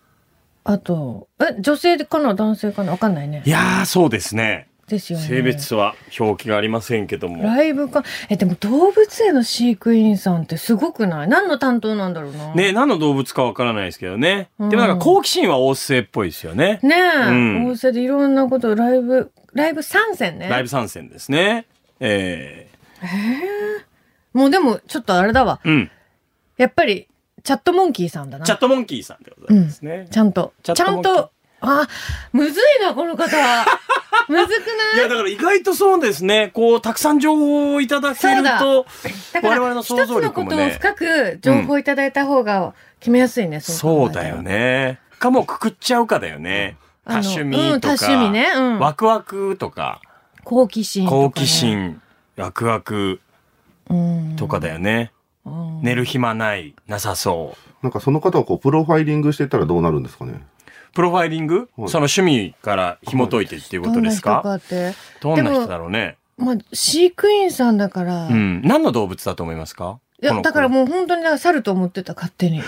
Speaker 3: あと、え、女性かな男性かなわかんないね
Speaker 2: い。やー、そうですね。
Speaker 3: ですよね。
Speaker 2: 性別は表記がありませんけども。
Speaker 3: ライブか。え、でも動物園の飼育員さんってすごくない何の担当なんだろうな。
Speaker 2: ね、何の動物かわからないですけどね。
Speaker 3: うん
Speaker 2: でもなんか好奇心は旺盛っぽいですよね。
Speaker 3: ねえ、
Speaker 2: うん
Speaker 3: 大勢でいろんなこと、ライブ、ライブ参戦ね。
Speaker 2: ライブ参戦ですね。え
Speaker 3: もうでも、ちょっとあれだわ。
Speaker 2: ー、うん。
Speaker 3: やっぱり、チャットモンキーさんだな。
Speaker 2: チャットモンキーさんでございますね。
Speaker 3: ちゃんと。
Speaker 2: チャッ
Speaker 3: ち
Speaker 2: ト
Speaker 3: ゃ
Speaker 2: モ
Speaker 3: ん
Speaker 2: ンキー
Speaker 3: と、あ、むずいな、こ の方。むずく
Speaker 2: い
Speaker 3: ない
Speaker 2: や、だから意外とそうですね。こう、たくさん情報をいただけると、
Speaker 3: だか
Speaker 2: 我々
Speaker 3: ら、
Speaker 2: の
Speaker 3: 一
Speaker 2: 想
Speaker 3: つ
Speaker 2: 像
Speaker 3: の
Speaker 2: 力
Speaker 3: こ
Speaker 2: も
Speaker 3: とを
Speaker 2: ね。
Speaker 3: 深く情報いただいた方が決めやすいね、
Speaker 2: そ
Speaker 3: 考
Speaker 2: う
Speaker 3: えたら
Speaker 2: だよ。ね。かもうくくっちゃうかだよね。多
Speaker 3: あの
Speaker 2: 趣味と
Speaker 3: うん、多趣味
Speaker 2: か、
Speaker 3: ね。うん。
Speaker 2: ワクワクとか、
Speaker 3: 好奇心とかね、
Speaker 2: 好奇心、ワクワク
Speaker 3: うん
Speaker 2: とかだよね。
Speaker 3: うん
Speaker 2: 寝る暇ない、なさそう。
Speaker 1: なんかその方をこうプロファイリングしていったらどうなるんですかね。
Speaker 2: プロファイリング、
Speaker 1: はい
Speaker 2: その趣味から紐解いてっていうことですか
Speaker 3: どんな人かって。
Speaker 2: どん
Speaker 3: 人か
Speaker 2: な人だろうね。
Speaker 3: まあ、飼育員さんだから。
Speaker 2: うん。何の動物だと思いますか
Speaker 3: いや、だから
Speaker 2: う。
Speaker 3: もう本当にだから猿と思ってた、勝手 に。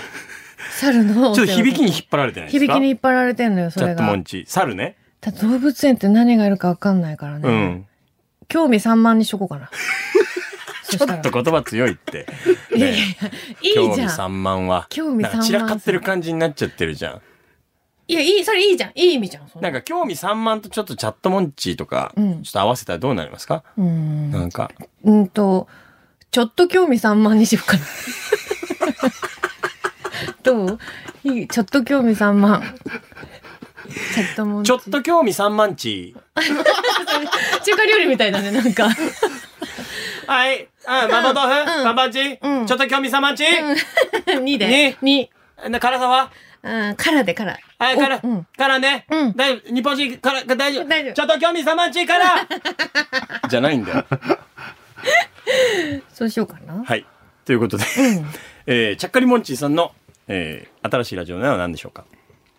Speaker 3: 猿の。
Speaker 2: ちょっと響きに引っ張られてないですか
Speaker 3: 響きに引っ張られてんのよ、そ
Speaker 2: チャ
Speaker 3: れ
Speaker 2: ットモ
Speaker 3: が。
Speaker 2: ンチ。猿ね。
Speaker 3: ただ動物園って何があるかわかんないからね。
Speaker 2: うん。
Speaker 3: 興味3万にしとこうか な。そ
Speaker 2: ち
Speaker 3: し
Speaker 2: ょ
Speaker 3: たら
Speaker 2: っと言葉強いって。
Speaker 3: いやいや
Speaker 2: ね
Speaker 3: い
Speaker 2: 興
Speaker 3: い
Speaker 2: 味
Speaker 3: じゃん。
Speaker 2: 散漫は。
Speaker 3: 興味
Speaker 2: なん
Speaker 3: 散
Speaker 2: か
Speaker 3: 漫
Speaker 2: 散らかってる感じになっちゃってるじゃ
Speaker 3: いや、いい、それいいじゃん。いい意味じゃん。そ
Speaker 2: ん。
Speaker 3: れ
Speaker 2: なんか興味散漫とちょっとチャットモンチとか、
Speaker 3: うん
Speaker 2: ちょっと合わせたらどうなりますか、
Speaker 3: うーん。
Speaker 2: なんか、
Speaker 3: うんと、ちょっと興味3万にしよう かな。どういいちょっと興味3万。 ちょっともん
Speaker 2: ちょっと興味散漫チ。
Speaker 3: 中華料理みたいだね、な んか。
Speaker 2: はい。うん、ママ豆腐、
Speaker 3: うん
Speaker 2: ママチ、
Speaker 3: うん
Speaker 2: ちょっと興味散漫チ、
Speaker 3: 2で。2。
Speaker 2: な辛さは
Speaker 3: うん、からでから。
Speaker 2: はい、
Speaker 3: お
Speaker 2: から、
Speaker 3: うん。
Speaker 2: からね。
Speaker 3: うん
Speaker 2: 大丈夫。日本人から、大丈夫。
Speaker 3: 大丈夫
Speaker 2: ちょっと興味さまちから。 じゃないんだよ。
Speaker 3: そうしようかな。
Speaker 2: はい。ということで、
Speaker 3: うん。
Speaker 2: えー、ちゃっかりもんちーさんの、えー、新しいラジオの名は何でしょうか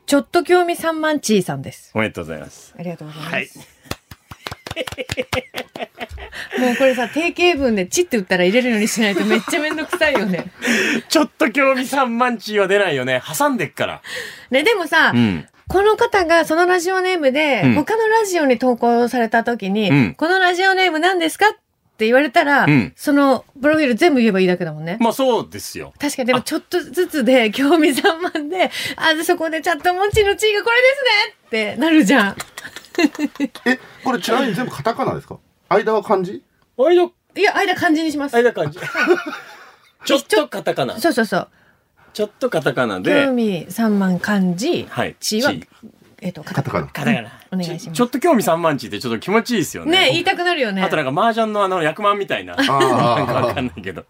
Speaker 3: ちょっと興味3万チーさんです。
Speaker 2: おめでとうございます。
Speaker 3: ありがとうございます。
Speaker 2: はい。
Speaker 3: もうこれさ、定型文でチって打ったら入れるようにしないとめっちゃめんどくさい よね。
Speaker 2: ちょっと興味さんまんちーは出ないよね。挟んでっから。
Speaker 3: ね、でもさ、
Speaker 2: うん。
Speaker 3: この方がそのラジオネームで、
Speaker 2: うん
Speaker 3: 他のラジオに投稿された時に、
Speaker 2: うん
Speaker 3: このラジオネーム何ですかって言われたら、
Speaker 2: うん
Speaker 3: そのプロフィール全部言えばいいだけだもんね。
Speaker 2: まあそうですよ。
Speaker 3: 確かに、でもちょっとずつで、 興味三万で、あ、でそこでチャットモンチーのチーがこれですねってなるじゃん。
Speaker 1: え、これちなみに全部カタカナですか間は漢字
Speaker 2: おいど、
Speaker 3: いや、間漢字にします。
Speaker 2: だ感じ。 ちょっとカタカナ。
Speaker 3: そうそうそう。
Speaker 2: ちょっとカタカナ
Speaker 3: 興
Speaker 2: で、
Speaker 3: 味三万漢字、
Speaker 2: はい。
Speaker 3: チーは
Speaker 2: ち、
Speaker 3: えっと、
Speaker 1: カタカナ。
Speaker 2: カタカナ。
Speaker 3: お願いします
Speaker 2: ちちょっと興味さんまんちーってちょっと気持ちいいですよね。
Speaker 3: ね言いたくなるよね
Speaker 2: あ。となんか麻雀のあの、役満みたいな。なんかわ
Speaker 1: あ
Speaker 2: かんないけど。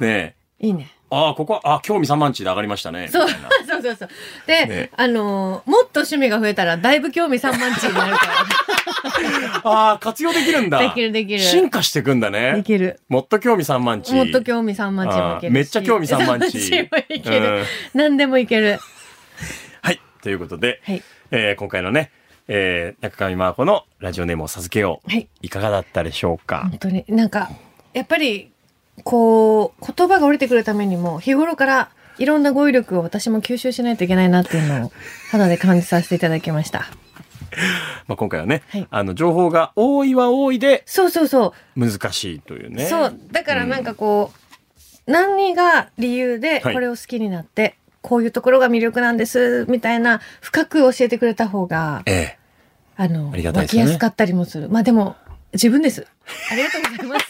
Speaker 2: ねえ。
Speaker 3: いいね。
Speaker 2: ああ、ここは、あ、興味3万値で上がりましたね。
Speaker 3: そう
Speaker 2: みたいな
Speaker 3: そうそうそう。で、
Speaker 2: ね
Speaker 3: あのーもっと趣味が増えたら、だいぶ興味三万チーになるから。
Speaker 2: ああ、活用できるんだ。
Speaker 3: できるできる
Speaker 2: 進化していくんだ
Speaker 3: で
Speaker 2: ね。
Speaker 3: きる。
Speaker 2: もっと興味3万値。
Speaker 3: もっと興味3万チもいけ
Speaker 2: あー
Speaker 3: るし。
Speaker 2: めっちゃ興味3万 チ
Speaker 3: 3もいけ
Speaker 2: うん
Speaker 3: る。何でもいける。
Speaker 2: はい。ということで、
Speaker 3: はい。
Speaker 2: えー今回のね、えー中上真亜子のラジオネームを授けよう。
Speaker 3: はい。
Speaker 2: いかがだったでしょうか
Speaker 3: 本。当に。なんか、やっぱり、こう、言葉が降りてくるためにも、日頃からいろんな語彙力を私も吸収しないといけないなっていうのを肌で感じさせていただきました。
Speaker 2: まあ、今回はね、
Speaker 3: はい
Speaker 2: あの情報が多いは多いで
Speaker 3: そうそうそう。
Speaker 2: 難しいというね。
Speaker 3: そう。だからなんかこう、何が理由で
Speaker 2: はい
Speaker 3: これを好きになって、こういうところが魅力なんです、みたいな、深く教えてくれた方が、
Speaker 2: ええ。
Speaker 3: あの、
Speaker 2: ありがたい
Speaker 3: 湧
Speaker 2: です
Speaker 3: き
Speaker 2: ね
Speaker 3: やすかったりもする。まあでも、自分です。ありがとうございます。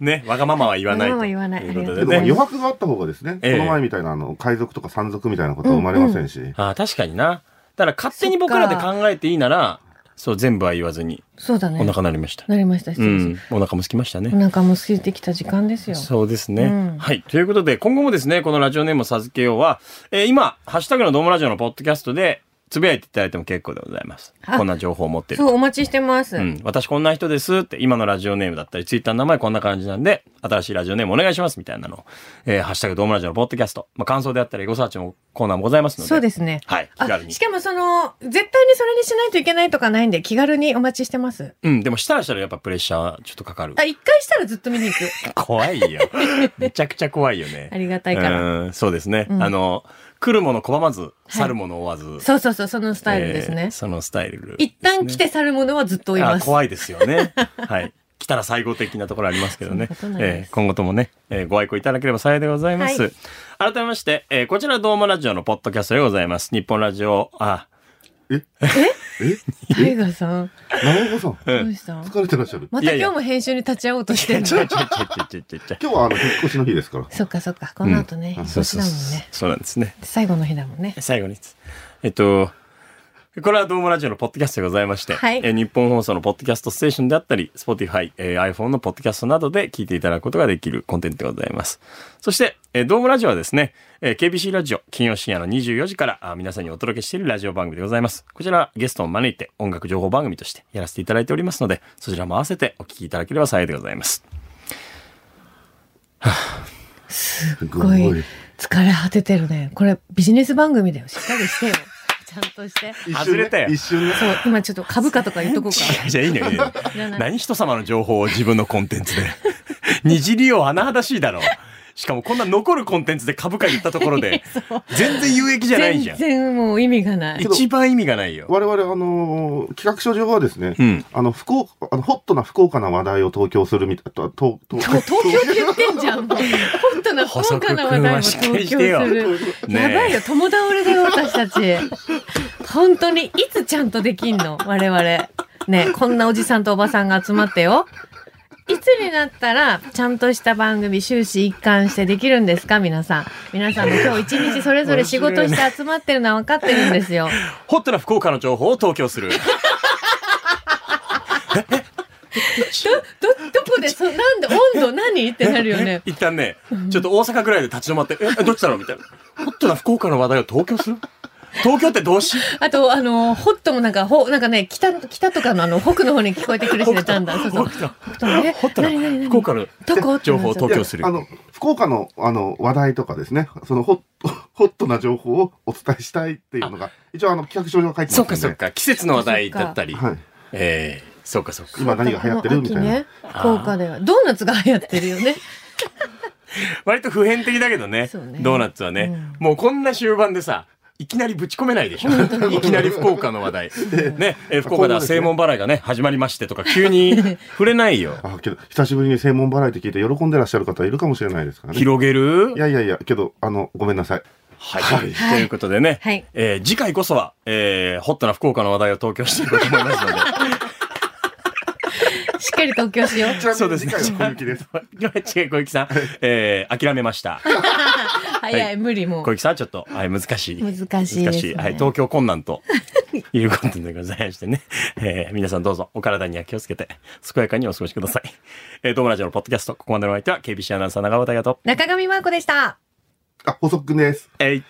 Speaker 2: ね、わがままは言わないと。
Speaker 3: わがままは言わない
Speaker 2: いうこと
Speaker 1: け
Speaker 3: あ
Speaker 2: で
Speaker 3: り
Speaker 1: どま
Speaker 3: が
Speaker 1: あ余
Speaker 2: ね。
Speaker 3: とうござい
Speaker 1: 白があった方がですね、
Speaker 2: ええ
Speaker 1: この前みたいなあの海賊とか山賊みたいなことは生まれませんし、
Speaker 2: ああ、確かにな。だから勝手に僕らで考えていいなら、そう、全部は言わずに、
Speaker 3: そうだね。
Speaker 2: お腹鳴りました。
Speaker 3: なりました。
Speaker 2: う
Speaker 3: 失礼し
Speaker 2: ん。お腹も空きましたね
Speaker 3: ま。したお腹も空いてきた時間ですよ。
Speaker 2: そうですね、
Speaker 3: うん
Speaker 2: はい。ということで、今後もですね、このラジオネームを授けようは、えー今、ハッシュタグのドームラジオのポッドキャストで、つぶやいていただいても結構でございます。
Speaker 3: あ
Speaker 2: こんな情報を持ってる
Speaker 3: そう、お待ちしてます。
Speaker 2: うん、私こんな人ですって、今のラジオネームだったり、ツイッターの名前こんな感じなんで、新しいラジオネームお願いしますみたいなのを、えーハッシュタグドームラジオのポッドキャスト、まあ、感想であったり、エゴサーチのコーナーもございますので。
Speaker 3: そうですね。
Speaker 2: はい、気
Speaker 3: あ
Speaker 2: 軽、に
Speaker 3: し。かもその、絶対にそれにしないといけないとかないんで、気軽にお待ちしてます。
Speaker 2: うん、でもしたらしたらやっぱプレッシャーはちょっとかかる
Speaker 3: あ、。一回したらずっと見に行く。
Speaker 2: 怖い よ。めちゃくちゃ怖いよね。
Speaker 3: ありがたいから。
Speaker 2: うん、そうですね。
Speaker 3: うん
Speaker 2: あの、来るもの拒まず、去るもの追わず。
Speaker 3: そうそうそう、そのスタイルです
Speaker 2: え
Speaker 3: ね
Speaker 2: ー。そのスタイル、
Speaker 3: 一旦来て去るものはずっと追いま
Speaker 2: あ
Speaker 3: す。
Speaker 2: 怖いですよね。 はい。来たら最後的なところありますけどね。
Speaker 3: そんなことないです
Speaker 2: えー今後ともね、えーご愛顧いただければ幸いでございます。
Speaker 3: は
Speaker 2: 改めまして、えーこちらドームラジオのポッドキャストでございます。日本ラジオ、あ、
Speaker 1: え
Speaker 3: タイガーさん、
Speaker 1: 長岡さん
Speaker 2: う
Speaker 3: ど
Speaker 2: ん。
Speaker 3: う
Speaker 2: い
Speaker 3: した
Speaker 1: 疲れてらっしゃる
Speaker 3: ま
Speaker 2: いや
Speaker 3: た
Speaker 2: いや
Speaker 3: 今日も編集に立ち会おうとして
Speaker 2: や
Speaker 3: ん
Speaker 2: ちょ
Speaker 3: の
Speaker 2: いちょいちょいちょいちょいちょいちょい
Speaker 1: 今日はあの引っ越しの日ですから
Speaker 3: そっかそっか、この後ね、
Speaker 1: うん
Speaker 3: 引っ
Speaker 2: そう
Speaker 3: 越
Speaker 2: そ
Speaker 3: し
Speaker 2: う
Speaker 3: だもん
Speaker 2: そう
Speaker 3: ね。
Speaker 2: そうなんですね。
Speaker 3: 最後の日だもんね。
Speaker 2: 最後に。えっと、これはドームラジオのポッドキャストでございまして、
Speaker 3: はい
Speaker 2: えー日本放送のポッドキャストステーションであったり、Spotify、えー iPhone のポッドキャストなどで聞いていただくことができるコンテンツでございます。そして、えードームラジオはですね、えー KBC ラジオ金曜深夜の24時からあ皆さんにお届けしているラジオ番組でございます。こちらはゲストを招いて音楽情報番組としてやらせていただいておりますので、そちらも合わせてお聞きいただければ幸いでございます。
Speaker 1: す
Speaker 3: すごい疲れ果ててるね。これビジネス番組だよ。しっかりしてよ。 ちゃんとして。
Speaker 1: 一
Speaker 2: 外
Speaker 1: 瞬
Speaker 2: れたよ
Speaker 1: ね一瞬ね
Speaker 3: そう、今ちょっと株価とか言っとこうか。
Speaker 2: 違う違ういいのよいいのよ
Speaker 3: いらない
Speaker 2: 何人様の情報を自分のコンテ ンツでにじりを甚だしいだろうしかもこんな残るコンテンツで株価言ったところで 全然有益じゃないじゃん
Speaker 3: 全然もう意味がない。
Speaker 2: 一番意味がないよ
Speaker 1: 我々あのー企画書上はですね、
Speaker 2: うん
Speaker 1: あの福岡あのホットな福岡な話題を東京するみたいととと
Speaker 3: もう東京って言ってんじゃん。もう本当な高価な話題も
Speaker 2: 補足君はしっ
Speaker 3: 東
Speaker 2: か
Speaker 3: 京
Speaker 2: りして
Speaker 3: す
Speaker 2: よ
Speaker 3: る。
Speaker 2: ねえ
Speaker 3: やばいよ、友倒れだよ、私たち。本当に、いつちゃんとできんの我々。ねえこんなおじさんとおばさんが集まってよ。いつになったら、ちゃんとした番組終始一貫してできるんですか皆さん。皆さんも今日一日それぞれ仕事して集まってるのは分かってるんですよ。
Speaker 2: ホットな福岡の情報を東京する
Speaker 3: ど、どこで、そ、なんで、温度何ってなるよね。
Speaker 2: 一旦ねちょっと大阪ぐらいで立ち止まって「えどっちだろう?」みたいな「ホットな福岡の話題を東京する東京ってどうし
Speaker 3: あと、あの、ホットもなんか、ほ、なんかね、北、北とかのあの、北の方に聞こえてくるしね、だんだん。そうそう。
Speaker 2: 北斗
Speaker 3: 北斗ね。
Speaker 2: ホットな
Speaker 3: 何何何
Speaker 2: 福岡の
Speaker 3: どこ
Speaker 2: 情報を東
Speaker 1: いや
Speaker 2: 京する
Speaker 1: あの福岡のあの話題とかですねそのホット ホットな情報をお伝えしたいっていうのが一応あの企画書上は書いて
Speaker 2: そっ
Speaker 1: ま
Speaker 2: か
Speaker 1: す
Speaker 2: そ
Speaker 1: ん
Speaker 2: っ
Speaker 1: で
Speaker 2: か季節の話題だったり、
Speaker 1: はい、
Speaker 2: ええそうかそうか
Speaker 1: 今何が流行ってるみたいな
Speaker 3: ね、福岡では。ドーナツが流行ってるよね。
Speaker 2: 割と普遍的だけどね
Speaker 3: そうね
Speaker 2: ドーナツはね、もうこんな終盤でさいきなりぶち込めないでしょいきなり福岡の話 題ねえー福岡では正門払いがね始まりましてとか急に触 れないよ
Speaker 1: あけど久しぶりに正門払いって聞いて喜んでらっしゃる方いるかもしれないですからね
Speaker 2: 広げる
Speaker 1: いやいやいやけどあのごめんなさい
Speaker 2: はい、
Speaker 1: はい
Speaker 2: ということでね、
Speaker 3: はい
Speaker 2: えー次回こそは、えーホットな福岡の話題を東京していこうと思いますので
Speaker 3: しっかり東京しよう。
Speaker 1: ちなみに
Speaker 2: そうですね
Speaker 1: 次回は小雪 です
Speaker 2: 違う小雪さん、えー諦めました
Speaker 3: 早い、無理 も
Speaker 2: 小
Speaker 3: う。
Speaker 2: 雪さんはちょっと、はい、難しい。
Speaker 3: 難しいですね
Speaker 2: 難はい、東京困難ということでございましてね。 えー皆さんどうぞお体には気をつけて、健やかにお過ごしください。えー、ドームラジオのポッドキャスト、ここまでのお相手は、KBC アナウンサー長尾大和と、
Speaker 3: 中上真亜子でした。
Speaker 1: あ補足です
Speaker 2: えい